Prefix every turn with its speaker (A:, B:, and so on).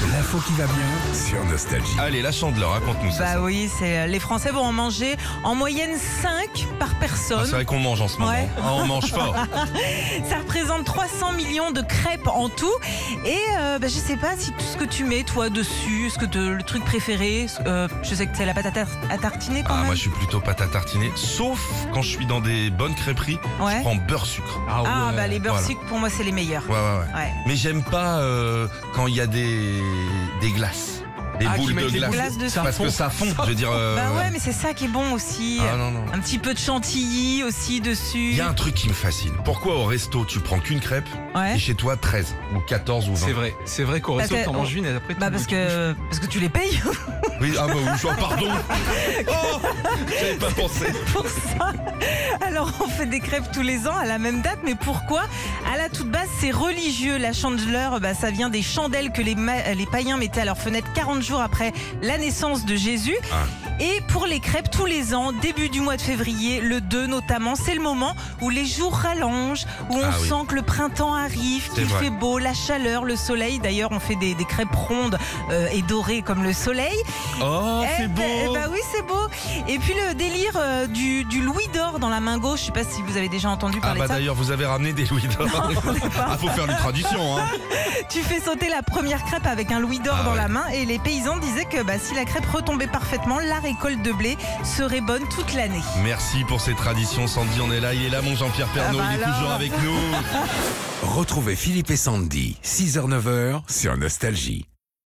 A: l'info qui va bien.
B: Sur Nostalgie.
C: Allez, la chandeleur, raconte-nous ça. Ah,
D: Bah oui, c'est les Français vont en manger en moyenne 5 par
C: Ah,
D: personne.
C: c'est vrai qu'on mange en ce moment.
D: Ouais.
C: Ah, on mange fort.
D: Ça représente 300 millions de crêpes en tout. Et euh, bah, je sais pas si tout ce que tu mets toi dessus, ce que te- le truc préféré, ce- euh, je sais que c'est la pâte à, tar- à tartiner quand
C: Ah,
D: même.
C: moi, je suis plutôt pâte à tartiner. Sauf quand je suis dans des bonnes crêperies, je
D: Ouais.
C: prends beurre sucre.
A: Ah,
D: Ah bah les beurres
C: Voilà.
D: sucres, pour moi c'est les meilleurs.
C: Ouais, ouais, ouais.
D: Ouais.
C: Mais j'aime pas euh, quand il y a des, des glaces. Des
A: Ah, qui
C: boules de
A: mettent des
C: glace.
A: boules-
D: Glace de
A: ça
C: Parce
A: fond.
C: que ça fond. Je veux dire. euh,
D: bah ouais, mais c'est ça qui est bon aussi.
C: Ah non, non.
D: Un petit peu de chantilly aussi dessus.
C: Il y a un truc qui me fascine. Pourquoi au resto tu prends qu'une crêpe
D: Ouais.
C: et chez toi 13 ou 14 ou 20
A: C'est vrai, c'est vrai qu'au
D: Parce
A: resto,
D: que-
A: t'en manges une et après,
D: Bah
A: t'en
D: parce
A: manges une.
D: que parce que tu les payes
C: Oui, ah bah oui, je- pardon. Oh, J'avais pas pensé.
D: pour ça. Alors on fait des crêpes tous les ans à la même date, mais pourquoi À la toute base, c'est religieux. La chandeleur, bah, ça vient des chandelles que les, ma- les païens mettaient à leurs fenêtres 40 jours après la naissance de Jésus.
C: Ah.
D: Et pour les crêpes, tous les ans, début du mois de février, le 2 notamment, c'est le moment où les jours rallongent, où on
C: Ah oui.
D: sent que le printemps arrive,
C: C'est
D: qu'il
C: vrai.
D: fait beau, la chaleur, le soleil. D'ailleurs, on fait des, des crêpes rondes euh, et dorées comme le soleil.
C: Oh,
D: Eh
C: c'est
D: ben- eh
C: beau.
D: ben oui, c'est beau. Et puis le délire euh, du, du louis d'or dans la main gauche, je sais pas si vous avez déjà entendu
C: Ah
D: parler
C: bah
D: de ça.
C: d'ailleurs, vous avez ramené des louis d'or. Ah, faut faire une tradition, hein.
D: Tu fais sauter la première crêpe avec un louis d'or
C: Ah
D: dans
C: ouais.
D: la main et les paysans disaient que bah, si la crêpe retombait parfaitement, la récolte de blé serait bonne toute l'année.
C: Merci pour ces traditions, Sandy. On est là, il est là, mon Jean-Pierre Pernaud.
D: Ah bah
C: il est
D: alors.
C: toujours avec nous.
B: Retrouvez Philippe et Sandy, 6h-9h, sur Nostalgie.